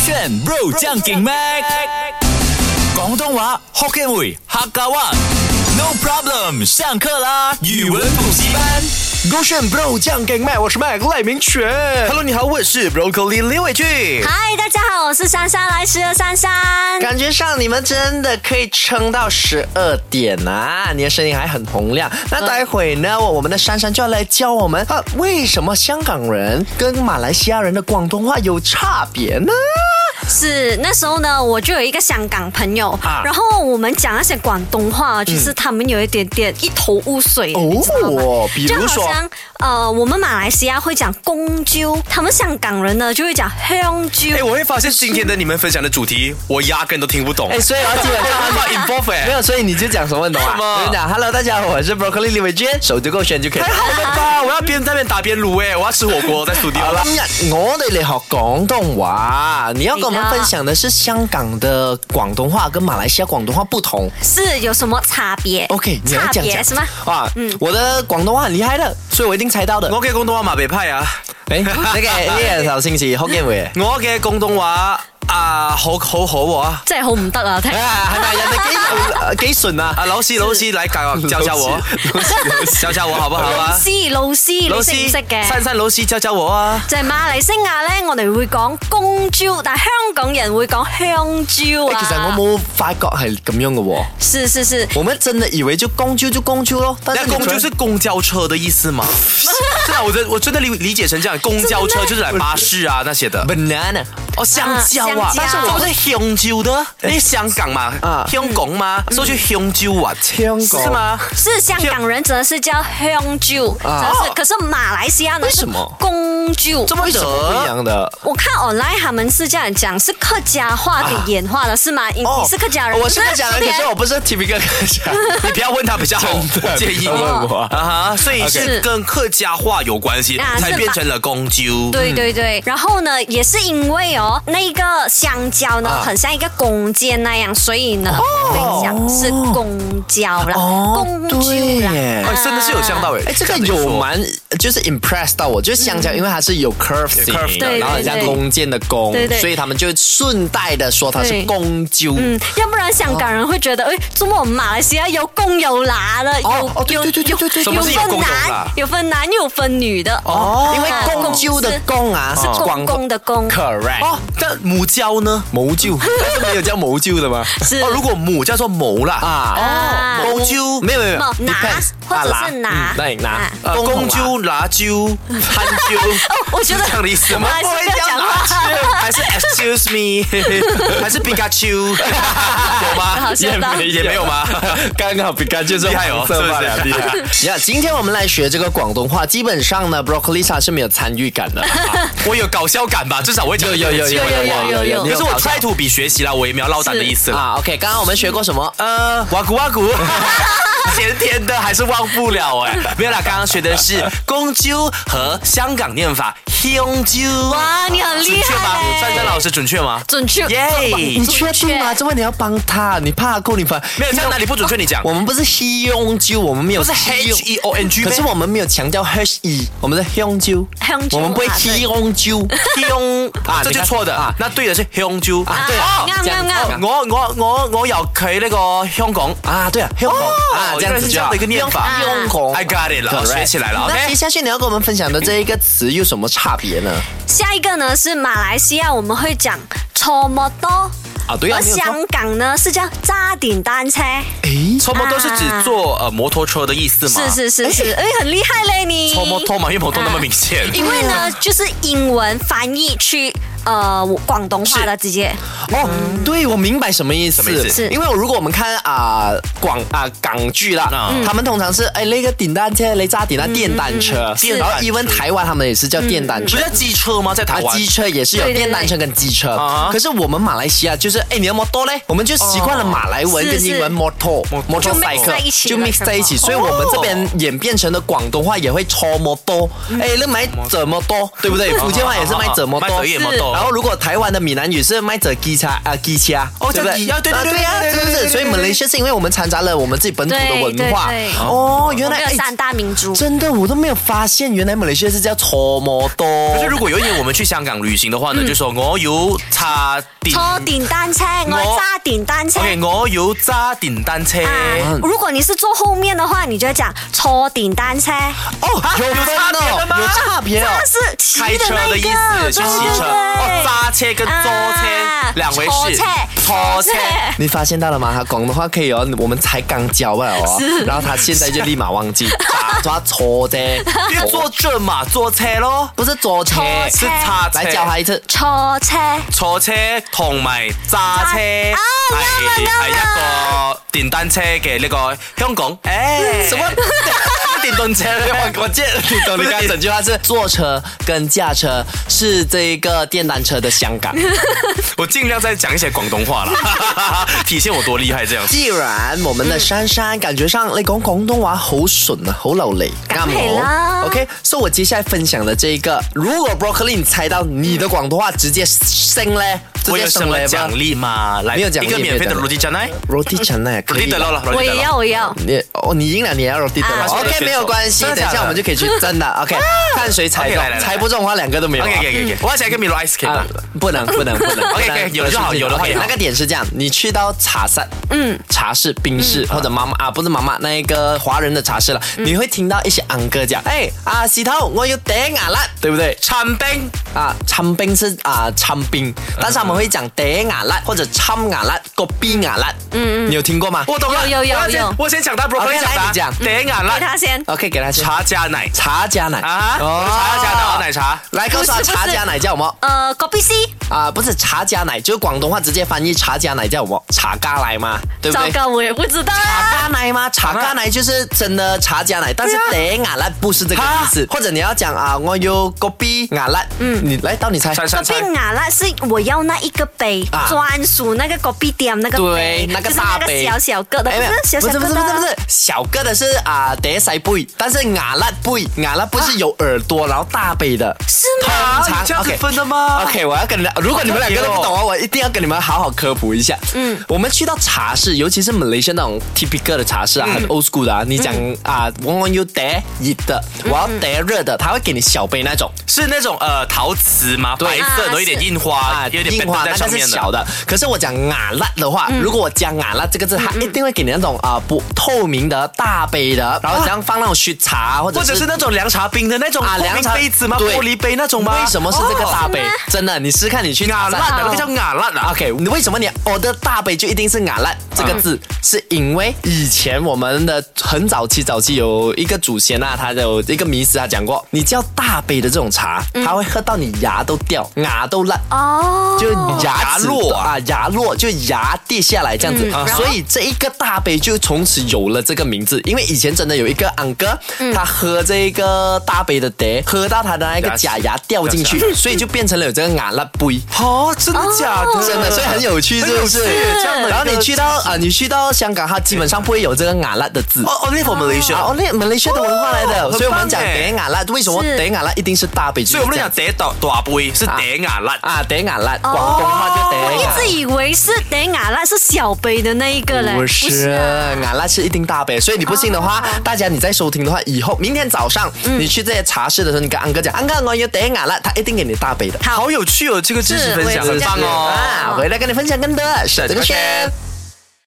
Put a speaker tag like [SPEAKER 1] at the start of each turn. [SPEAKER 1] 选 Bro 将劲 Mac，广东话 Hokkien 语客家话。No problem，上课啦！语文补习班。
[SPEAKER 2] 勾选 bro 酱给麦，我是麦赖明全。
[SPEAKER 3] Hello，你好，我是 Broccoli 刘伟俊。
[SPEAKER 4] 嗨，大家好，我是珊珊，来时的珊珊。
[SPEAKER 3] 感觉上你们真的可以撑到十二点啊！你的声音还很洪亮。那待会呢，我们的珊珊就要来教我们啊，为什么香港人跟马来西亚人的广东话有差别呢？
[SPEAKER 4] 是那时候呢，我就有一个香港朋友，
[SPEAKER 3] 啊嗯
[SPEAKER 4] 然后我们讲那些广东话，就是他们有一点点一头雾水，你知道吗？
[SPEAKER 3] 哦，比
[SPEAKER 4] 就
[SPEAKER 3] 如
[SPEAKER 4] 好
[SPEAKER 3] 说
[SPEAKER 4] 像呃，我们马来西亚会讲公鸠，他们香港人呢就会讲香鸠。
[SPEAKER 5] 哎，我会发现今天的你们分享的主题，我压根都听不懂。
[SPEAKER 3] 哎，所以啊，基本上
[SPEAKER 5] 他 involve
[SPEAKER 3] 没
[SPEAKER 5] 哎，
[SPEAKER 3] 有，所以你就讲什么懂啊？
[SPEAKER 5] 什么
[SPEAKER 3] 我跟你讲，Hello，大家好，我是 Broccoli 李伟君，手就够选就可以。
[SPEAKER 5] 好了吧？我要边在那边打边炉哎，我要吃火锅在 studio
[SPEAKER 3] 好啦
[SPEAKER 5] 啦。
[SPEAKER 3] 今日我哋嚟學廣東話，你要跟我們分享的是香港的廣東話跟馬來西亞廣東話不同。
[SPEAKER 4] 是有什么差别
[SPEAKER 3] OK，你来
[SPEAKER 4] 差
[SPEAKER 3] 讲
[SPEAKER 4] 别
[SPEAKER 3] 讲
[SPEAKER 4] 是嗯吗？
[SPEAKER 3] 哇，我的廣東話很厲害的，所以我一定猜到的。
[SPEAKER 4] 哦
[SPEAKER 5] 我嘅廣東話麻痹派啊，
[SPEAKER 3] 诶，呢個呢個頭先是福建 會，
[SPEAKER 5] 我嘅廣東話啊好好好喎啊！
[SPEAKER 4] 真系好唔得啊！听
[SPEAKER 3] 啊，係咪人哋幾幾順 啊？
[SPEAKER 5] 啊，老師老師來教教教我， 教教我好不好啊？
[SPEAKER 4] 师老师， 你识
[SPEAKER 5] 老
[SPEAKER 4] 唔识
[SPEAKER 5] 師，
[SPEAKER 4] 嘅？
[SPEAKER 5] 珊珊老師教教我啊！
[SPEAKER 4] 就係馬來西亞咧，我哋會講公蕉，但係香港人會講香蕉
[SPEAKER 3] 誒
[SPEAKER 4] 啊。
[SPEAKER 3] 哎其實我冇發覺係咁樣嘅喎，
[SPEAKER 4] 是是是，
[SPEAKER 3] 我們真的以為就公豬就公豬咯，但
[SPEAKER 5] 那
[SPEAKER 3] 是
[SPEAKER 5] 公就是公交车的意思 吗？是啊，我的我真的理理解成这样，公交车就是来巴士啊那些的。
[SPEAKER 3] banana。
[SPEAKER 5] 哦，香蕉啊
[SPEAKER 4] 啊香蕉，
[SPEAKER 5] 但是我不是香蕉的，因为香港嘛
[SPEAKER 3] 啊，
[SPEAKER 5] 香港嘛，
[SPEAKER 4] 嗯
[SPEAKER 5] 说去香蕉啊，
[SPEAKER 3] 香港
[SPEAKER 5] 是吗？
[SPEAKER 4] 是香港人真的是叫香蕉，
[SPEAKER 3] 啊
[SPEAKER 4] 真的是。可是馬來西亞呢？
[SPEAKER 3] 為什麼
[SPEAKER 4] 是公蕉？
[SPEAKER 3] 為什麼不一樣的？
[SPEAKER 4] 我看 online 他们是这样讲，是客家话给演化的，是吗？你你是客家人，
[SPEAKER 3] 哦我是客家人，
[SPEAKER 4] 不
[SPEAKER 3] 可
[SPEAKER 4] 是
[SPEAKER 3] 是我不是 T V 哥客家人。
[SPEAKER 5] 你不要问他比较好，我建议你
[SPEAKER 3] 不要问我
[SPEAKER 5] 啊哈，所以是
[SPEAKER 4] 是
[SPEAKER 5] 跟客家话有关系
[SPEAKER 4] 啊，是
[SPEAKER 5] 才
[SPEAKER 4] 吧
[SPEAKER 5] 变成了公鸠。
[SPEAKER 4] 对对对，
[SPEAKER 3] 嗯
[SPEAKER 4] 然后呢，也是因为哦，那个香蕉呢，
[SPEAKER 3] 啊
[SPEAKER 4] 很像一个弓箭那样，所以呢，我跟你讲是公蕉啦，
[SPEAKER 3] 哦
[SPEAKER 4] 公鸠啦
[SPEAKER 3] 对耶，
[SPEAKER 5] 哎，真的是有香到哎，
[SPEAKER 3] 哎，这个
[SPEAKER 5] 样子一
[SPEAKER 3] 有
[SPEAKER 5] 说？
[SPEAKER 3] 蛮就是 impress 到我，就是香蕉，因为它是有 curve 型
[SPEAKER 5] 有 curve 的
[SPEAKER 3] 然后很像弓箭的弓
[SPEAKER 4] 对对，对
[SPEAKER 3] 所以他们就顺带的说它是
[SPEAKER 4] 对
[SPEAKER 3] 公鸠。
[SPEAKER 4] 嗯，要不然香港人会觉得，哎，怎么我们马来西亚有公有乸的，
[SPEAKER 3] 哦哦
[SPEAKER 4] 有有
[SPEAKER 3] 对对对对对对
[SPEAKER 4] 有
[SPEAKER 5] 什么
[SPEAKER 4] 有
[SPEAKER 5] 是有
[SPEAKER 4] 分
[SPEAKER 5] 公有
[SPEAKER 4] 男
[SPEAKER 5] 乸，
[SPEAKER 4] 有分男又有分女的，
[SPEAKER 3] 哦，因为
[SPEAKER 4] 啊
[SPEAKER 3] 公鸠的公啊
[SPEAKER 4] 是是公公的公，
[SPEAKER 3] ，correct
[SPEAKER 5] 哦，但母胶呢？
[SPEAKER 3] 谋鸠，但是没有叫谋鸠的吗？
[SPEAKER 4] 是
[SPEAKER 5] 哦，如果母叫做谋啦，
[SPEAKER 3] 啊，
[SPEAKER 4] 啊
[SPEAKER 3] 哦，公鸠没有没有没有
[SPEAKER 4] 某拿
[SPEAKER 3] depends，
[SPEAKER 4] 或者
[SPEAKER 3] 啊
[SPEAKER 4] 是拿
[SPEAKER 3] 嗯对拿
[SPEAKER 4] 啊哦
[SPEAKER 5] 呃公鸠、拿鸠、憨鸠，
[SPEAKER 4] 我觉得
[SPEAKER 5] 是这样的意思
[SPEAKER 4] 我
[SPEAKER 5] 吗？
[SPEAKER 4] 还是不要讲话。
[SPEAKER 5] 还是 excuse me，还是 Pikachu，有吗？
[SPEAKER 4] 好笑到
[SPEAKER 5] 也没也没有 吗？
[SPEAKER 3] 刚刚好比干就是
[SPEAKER 5] 厉害哦
[SPEAKER 3] 黄色罢了
[SPEAKER 5] 是不是
[SPEAKER 3] 厉害。呀，今天我们来学这个广东话，基本上呢，Broccoli 它是没有参与感的。
[SPEAKER 5] 我有搞笑感吧，至少我会讲
[SPEAKER 3] 有有有有有有有
[SPEAKER 5] 可是我 try to 比学习啦，我也没有落单的意思啦。
[SPEAKER 3] 啊，OK，刚刚我们学过什么？
[SPEAKER 5] 呃，哇古哇古，甜甜的还是忘不了哎。没有啦，刚刚学的是公鸠和香港念法香鸠。
[SPEAKER 4] 哇你很厉害
[SPEAKER 5] 准确吗？
[SPEAKER 4] 欸
[SPEAKER 5] 珊珊老师准确吗？
[SPEAKER 4] 准确，
[SPEAKER 5] 耶
[SPEAKER 3] 你确定吗？这问你要帮他，你怕扣你分？
[SPEAKER 5] 没有，在哪里不准确？你讲，
[SPEAKER 3] 我们不是 h 用鸠，我们没有
[SPEAKER 5] 不是 H E O N G
[SPEAKER 3] 可是我们没有强调 h e，我们是 h 用鸠，
[SPEAKER 4] 香蕉
[SPEAKER 3] 我们不会
[SPEAKER 4] 啊
[SPEAKER 3] h
[SPEAKER 4] 对
[SPEAKER 3] 用鸠。
[SPEAKER 5] 香
[SPEAKER 3] 啊
[SPEAKER 5] 这
[SPEAKER 3] 你
[SPEAKER 5] 就
[SPEAKER 3] 看
[SPEAKER 5] 错的啊。那对的是香蕉
[SPEAKER 3] 啊对
[SPEAKER 4] 啊
[SPEAKER 3] 啊
[SPEAKER 4] 啱
[SPEAKER 3] 这样
[SPEAKER 4] 啱
[SPEAKER 3] 子
[SPEAKER 4] 啱，
[SPEAKER 5] 我我我我由佢呢個香港
[SPEAKER 3] 啊，对啊，香港啊，这
[SPEAKER 5] 哦原
[SPEAKER 3] 样
[SPEAKER 5] 来是
[SPEAKER 3] 子
[SPEAKER 5] 这
[SPEAKER 3] 就
[SPEAKER 5] 样
[SPEAKER 3] 好
[SPEAKER 5] 的一个念法。啊
[SPEAKER 3] 用红
[SPEAKER 5] I got it 了
[SPEAKER 3] Correct
[SPEAKER 5] 学起来了
[SPEAKER 3] 那
[SPEAKER 5] OK
[SPEAKER 3] 接下去你要跟我们分享的这一个词有什么差别呢？
[SPEAKER 4] 下一个呢是马来西亚，我们会讲错么多。
[SPEAKER 3] 啊，对
[SPEAKER 4] 而
[SPEAKER 3] 没有错
[SPEAKER 4] 香港呢是叫扎点单车，
[SPEAKER 3] 诶，
[SPEAKER 5] 错摩托是指坐呃摩托车的意思吗？
[SPEAKER 4] 是是是是，哎，很厉害嘞你。
[SPEAKER 5] 错摩托嘛，因为摩托那么明显。
[SPEAKER 4] 因为呢，就是英文翻译去呃广东话了，直接
[SPEAKER 3] 哦，对，我明白什么意思。
[SPEAKER 5] 什么意思
[SPEAKER 4] 是
[SPEAKER 3] 因为如果我们看啊、广啊、港剧啦，
[SPEAKER 5] 嗯
[SPEAKER 3] 他们通常是哎那个电单车，雷炸电单电单车，
[SPEAKER 5] 是
[SPEAKER 3] 然后一问台湾他们也是叫
[SPEAKER 5] 嗯
[SPEAKER 3] 电单车
[SPEAKER 5] 不。叫机车吗？在
[SPEAKER 3] 啊
[SPEAKER 5] 台，湾
[SPEAKER 3] 机车也是有
[SPEAKER 4] 对对对
[SPEAKER 3] 电单车跟机车，
[SPEAKER 5] 啊哈
[SPEAKER 3] 可是我们马来西亚就是，哎，你的摩托嘞，我们就习惯了马来文
[SPEAKER 4] 是
[SPEAKER 3] 跟英文
[SPEAKER 4] 是
[SPEAKER 3] 摩托摩托
[SPEAKER 4] 就 mix 在一起
[SPEAKER 3] 就
[SPEAKER 4] 了
[SPEAKER 3] mix 在一起，
[SPEAKER 4] 是
[SPEAKER 3] 所以我们这边演变成的广东话也会超摩托，哎，那买怎么多，对不对？福建话也是买怎么
[SPEAKER 5] 卖
[SPEAKER 3] 多
[SPEAKER 5] 折，也摩托哦
[SPEAKER 3] 然后如果台湾的闽南语是麦着鸡叉啊鸡叉，
[SPEAKER 5] 哦
[SPEAKER 3] 对不对？
[SPEAKER 5] 叫鸡啊对对对
[SPEAKER 3] 啊呀，
[SPEAKER 5] 对
[SPEAKER 3] 是
[SPEAKER 5] 对
[SPEAKER 3] 不
[SPEAKER 5] 对对
[SPEAKER 3] 是？
[SPEAKER 5] 对
[SPEAKER 3] 所以马来西亚是因为我们掺杂了我们自己本土的文化
[SPEAKER 4] 对对对。
[SPEAKER 3] 哦，原
[SPEAKER 4] 我
[SPEAKER 3] 来
[SPEAKER 4] 们有
[SPEAKER 3] 哎
[SPEAKER 4] 三大明珠。
[SPEAKER 3] 真的我都没有发现，原来马来西亚是叫搓摩多。
[SPEAKER 5] 可是如果有一年我们去香港旅行的话呢，就说我有叉电
[SPEAKER 4] 坐電單車，我
[SPEAKER 5] 我哎
[SPEAKER 4] 揸電單車。
[SPEAKER 5] ，OK，我有揸電單車，
[SPEAKER 4] 啊，如果你是坐後面的話，你就會講坐電單車，
[SPEAKER 3] 哦，有分
[SPEAKER 5] 差别的
[SPEAKER 3] 哦，
[SPEAKER 5] 吗
[SPEAKER 3] 有差别哦。
[SPEAKER 4] 那是騎
[SPEAKER 5] 開
[SPEAKER 4] 的
[SPEAKER 5] 車
[SPEAKER 4] 那
[SPEAKER 5] 的
[SPEAKER 4] 一
[SPEAKER 5] 意
[SPEAKER 4] 個，
[SPEAKER 5] 思，去騎
[SPEAKER 4] 對
[SPEAKER 5] 車，
[SPEAKER 4] 對
[SPEAKER 5] 哦，
[SPEAKER 4] 對
[SPEAKER 5] 揸車跟坐車
[SPEAKER 4] 啊
[SPEAKER 5] 兩回事
[SPEAKER 4] 坐車，
[SPEAKER 5] 拖車
[SPEAKER 4] 坐車
[SPEAKER 3] 你发现到了吗？他广东话可以哦，我们才刚教罢了哦，然后他现在就立马忘记，抓抓搓 车，
[SPEAKER 5] 因為坐正嘛，坐車咯，哎
[SPEAKER 3] 不是坐车，
[SPEAKER 4] 搓
[SPEAKER 5] 是叉車
[SPEAKER 3] 来教他一次。
[SPEAKER 4] 坐車，
[SPEAKER 5] 坐車同埋揸車
[SPEAKER 4] 啊
[SPEAKER 5] 係
[SPEAKER 4] 啱啊
[SPEAKER 5] 係一個電單車嘅呢個香港，哎誒， 什麼電動車咧？我我知， 你
[SPEAKER 3] 懂你刚才整句话是坐车跟驾车是这一个电单车的香 港。
[SPEAKER 5] 我尽量再讲一些广东话啦， 体现我多厉害这样。
[SPEAKER 3] 既然我们的珊珊感觉上你哎讲广东话好顺啊，好流利，
[SPEAKER 4] 梗係啦
[SPEAKER 3] OK，所、以我接下来分享的这一个，如果 Broccoli 你猜到你的广东话，直接升嘞，直
[SPEAKER 5] 我
[SPEAKER 3] 接
[SPEAKER 5] 有什
[SPEAKER 3] 升
[SPEAKER 5] 么
[SPEAKER 3] 嘞吧
[SPEAKER 5] 奖。励吗？来，
[SPEAKER 3] 没有奖励
[SPEAKER 5] 一个免费的
[SPEAKER 3] 没有奖
[SPEAKER 5] roti 酱奶
[SPEAKER 3] Roti 城 呢？可
[SPEAKER 5] ，roti
[SPEAKER 3] 以
[SPEAKER 5] 的
[SPEAKER 3] 吧
[SPEAKER 5] 咯啦，
[SPEAKER 4] 我
[SPEAKER 5] roti
[SPEAKER 4] 也
[SPEAKER 5] 的咯
[SPEAKER 4] 要，我也要。
[SPEAKER 3] 你哦，你赢了，你要 roti 的了
[SPEAKER 4] 啊。
[SPEAKER 5] 他是我
[SPEAKER 3] OK，
[SPEAKER 5] 的选手
[SPEAKER 3] 没有关系，
[SPEAKER 5] 真的
[SPEAKER 3] 等
[SPEAKER 5] 假的啊
[SPEAKER 3] 一下我们就可以去真 的。OK，看谁猜
[SPEAKER 5] OK，来来
[SPEAKER 3] 中，
[SPEAKER 5] 来
[SPEAKER 3] 猜不中的话两个都没有啊。
[SPEAKER 5] OK OK OK，我要想一个 Milo Ice Cake
[SPEAKER 3] 啊
[SPEAKER 5] 吧。，
[SPEAKER 3] 不能不能不能
[SPEAKER 5] OK，OK，
[SPEAKER 3] 不能
[SPEAKER 5] 有了就好有了就好
[SPEAKER 3] OK，那个点是这样，你去到茶室，嗯，茶室、冰室
[SPEAKER 5] 嗯
[SPEAKER 3] 或者妈妈啊，不是妈妈那一个华人的茶室了，你会听到一些昂哥讲，哎啊，洗头，我有顶牙啦，对不对？
[SPEAKER 5] 餐冰
[SPEAKER 3] 啊，参冰是啊参冰，但是他们会讲顶牙啦或者参牙啦，个冰牙啦，嗯嗯，你有听过吗？
[SPEAKER 5] 我懂了，
[SPEAKER 4] 有有有
[SPEAKER 5] 我要先
[SPEAKER 4] 有
[SPEAKER 5] 我先抢答 b r o c
[SPEAKER 3] 来
[SPEAKER 5] c 抢
[SPEAKER 3] 你
[SPEAKER 5] 答
[SPEAKER 3] 讲，
[SPEAKER 5] 等一眼
[SPEAKER 4] 给
[SPEAKER 5] 啦，
[SPEAKER 4] 他先，
[SPEAKER 3] OK，给他先
[SPEAKER 5] 茶加奶
[SPEAKER 3] 茶加奶
[SPEAKER 5] 啊，
[SPEAKER 3] 哦
[SPEAKER 5] 茶加奶奶茶，
[SPEAKER 3] 来告诉他
[SPEAKER 4] 不是不是
[SPEAKER 3] 茶加奶叫什么？
[SPEAKER 4] 呃，隔壁 C，
[SPEAKER 3] 啊，不是茶加奶，就是广东话直接翻译茶加奶叫什么？茶加奶嘛，对不
[SPEAKER 4] 糟
[SPEAKER 3] 对？
[SPEAKER 4] 糕，我也不知道啊。
[SPEAKER 3] 茶加奶吗？茶加奶就是真的茶加奶，但是得牙辣不是这个意思。或者你要讲啊，我有个逼牙辣，嗯，你来到你猜。
[SPEAKER 5] 珊
[SPEAKER 4] 隔
[SPEAKER 5] 珊
[SPEAKER 4] 壁
[SPEAKER 5] 猜，
[SPEAKER 4] 拿啦，是我要那一个杯，
[SPEAKER 3] 啊
[SPEAKER 4] 专属那个隔壁店那个
[SPEAKER 3] 对
[SPEAKER 4] 杯，，
[SPEAKER 3] 那个
[SPEAKER 4] 就是
[SPEAKER 3] 大
[SPEAKER 4] 那
[SPEAKER 3] 杯，
[SPEAKER 4] 个小小个的，
[SPEAKER 3] 哎
[SPEAKER 4] 不
[SPEAKER 3] 没有
[SPEAKER 4] 是小小个的，
[SPEAKER 3] 不是不是不是不是小个的是啊，得塞杯，但是牙辣杯，牙辣杯是有耳朵，然后大杯的。
[SPEAKER 4] 是
[SPEAKER 5] 啊
[SPEAKER 4] 吗？
[SPEAKER 3] 茶
[SPEAKER 5] 你这样子
[SPEAKER 3] OK
[SPEAKER 5] 分的吗
[SPEAKER 3] OK，我要跟你，如果你们两个都不懂啊，我一定要跟你们好好科普一下。嗯，我们去到茶室，尤其是 Malaysia 那种 typical 的茶室
[SPEAKER 5] 嗯
[SPEAKER 3] 啊，很 old school 的啊。你讲啊，我我有得热的，我要得热的，他会给你小杯那种
[SPEAKER 5] 是那种呃陶瓷吗？白色
[SPEAKER 4] 啊
[SPEAKER 5] 的，有一点
[SPEAKER 4] 是
[SPEAKER 5] 印花，
[SPEAKER 3] 啊，
[SPEAKER 5] 有点
[SPEAKER 3] 樱
[SPEAKER 5] pattern
[SPEAKER 3] 花
[SPEAKER 5] 在
[SPEAKER 3] 那
[SPEAKER 5] 上
[SPEAKER 3] 个是
[SPEAKER 5] 面嗯
[SPEAKER 3] 小的。可是我讲啊辣的话，如果我讲啊辣这个字，他一定会给你那种啊不透明的大杯的，然后
[SPEAKER 5] 啊
[SPEAKER 3] 这样放那种雪茶啊或者
[SPEAKER 5] 或者是那种凉茶冰的那种
[SPEAKER 3] 啊
[SPEAKER 5] 透
[SPEAKER 3] 凉
[SPEAKER 5] 明
[SPEAKER 3] 茶
[SPEAKER 5] 杯子吗？
[SPEAKER 3] 对
[SPEAKER 5] 玻璃杯那种吗？
[SPEAKER 3] 为什么是这个大杯
[SPEAKER 4] 哦？
[SPEAKER 3] 真的，你试试看，你去
[SPEAKER 5] 牙
[SPEAKER 3] 茶
[SPEAKER 5] 辣啊
[SPEAKER 3] 餐
[SPEAKER 5] 的？那个叫牙辣的。啊
[SPEAKER 3] OK，你为什么你 order 大杯就一定是“俺烂”这个字？
[SPEAKER 5] 嗯
[SPEAKER 3] 是因为以前我们的很早期早期有一个祖先啊，他有一个迷思，他讲过，你叫大杯的这种茶，
[SPEAKER 5] 嗯
[SPEAKER 3] 他会喝到你牙都掉，牙都烂。
[SPEAKER 4] 哦，
[SPEAKER 3] 就牙
[SPEAKER 5] 牙
[SPEAKER 3] 齿
[SPEAKER 5] 落啊
[SPEAKER 3] 啊，牙落就牙掉下来这样
[SPEAKER 5] 嗯
[SPEAKER 3] 子，所以这一个大杯就从此有了这个名字。因为以前真的有一个昂哥，
[SPEAKER 5] 嗯
[SPEAKER 3] 他喝这个大杯的得，喝到他的那个
[SPEAKER 5] 牙齿
[SPEAKER 3] 假牙掉进去， 所以就变成了有这个牙烂杯。
[SPEAKER 5] 哦，真的
[SPEAKER 3] 啊
[SPEAKER 5] 假的？
[SPEAKER 3] 真的，所以很有趣，是不是
[SPEAKER 5] 很有趣这样的一？个
[SPEAKER 3] 然后你去到啊，你去到香港，它基本上不会有这个“俺辣”的字。
[SPEAKER 5] 哦，only for Malaysia
[SPEAKER 3] 啊。哦，那马来西亚的文化来的，
[SPEAKER 5] 哦
[SPEAKER 3] 所以我们
[SPEAKER 5] 很棒
[SPEAKER 3] 讲“
[SPEAKER 5] 耶
[SPEAKER 3] 得俺辣”，为什么“
[SPEAKER 4] 是
[SPEAKER 3] 得俺辣”一定是大杯？
[SPEAKER 5] 所以我们讲嗲倒大杯是嗲牙辣，
[SPEAKER 3] 啊，得俺辣，广东话就
[SPEAKER 4] 哦我
[SPEAKER 3] 得
[SPEAKER 5] 哦
[SPEAKER 4] 一
[SPEAKER 3] 俺
[SPEAKER 4] 直以为是等牙啦，是小杯的那一个嘞，啊
[SPEAKER 3] 辣。不是，啊哦俺辣是一定大杯，所以你不信的话，大家你在收听的话，以后明天早上你去这些茶室的时候，你跟安哥讲，安哥我有得俺辣，他一定给你大杯的。
[SPEAKER 5] 好有趣哦，这个知识
[SPEAKER 4] 是
[SPEAKER 5] 分享
[SPEAKER 4] 我也
[SPEAKER 5] 很
[SPEAKER 4] 是这样
[SPEAKER 5] 棒
[SPEAKER 4] 觉得
[SPEAKER 5] 哦。
[SPEAKER 3] 啊，回来跟你分享更多，是这个
[SPEAKER 5] 是
[SPEAKER 3] 圈。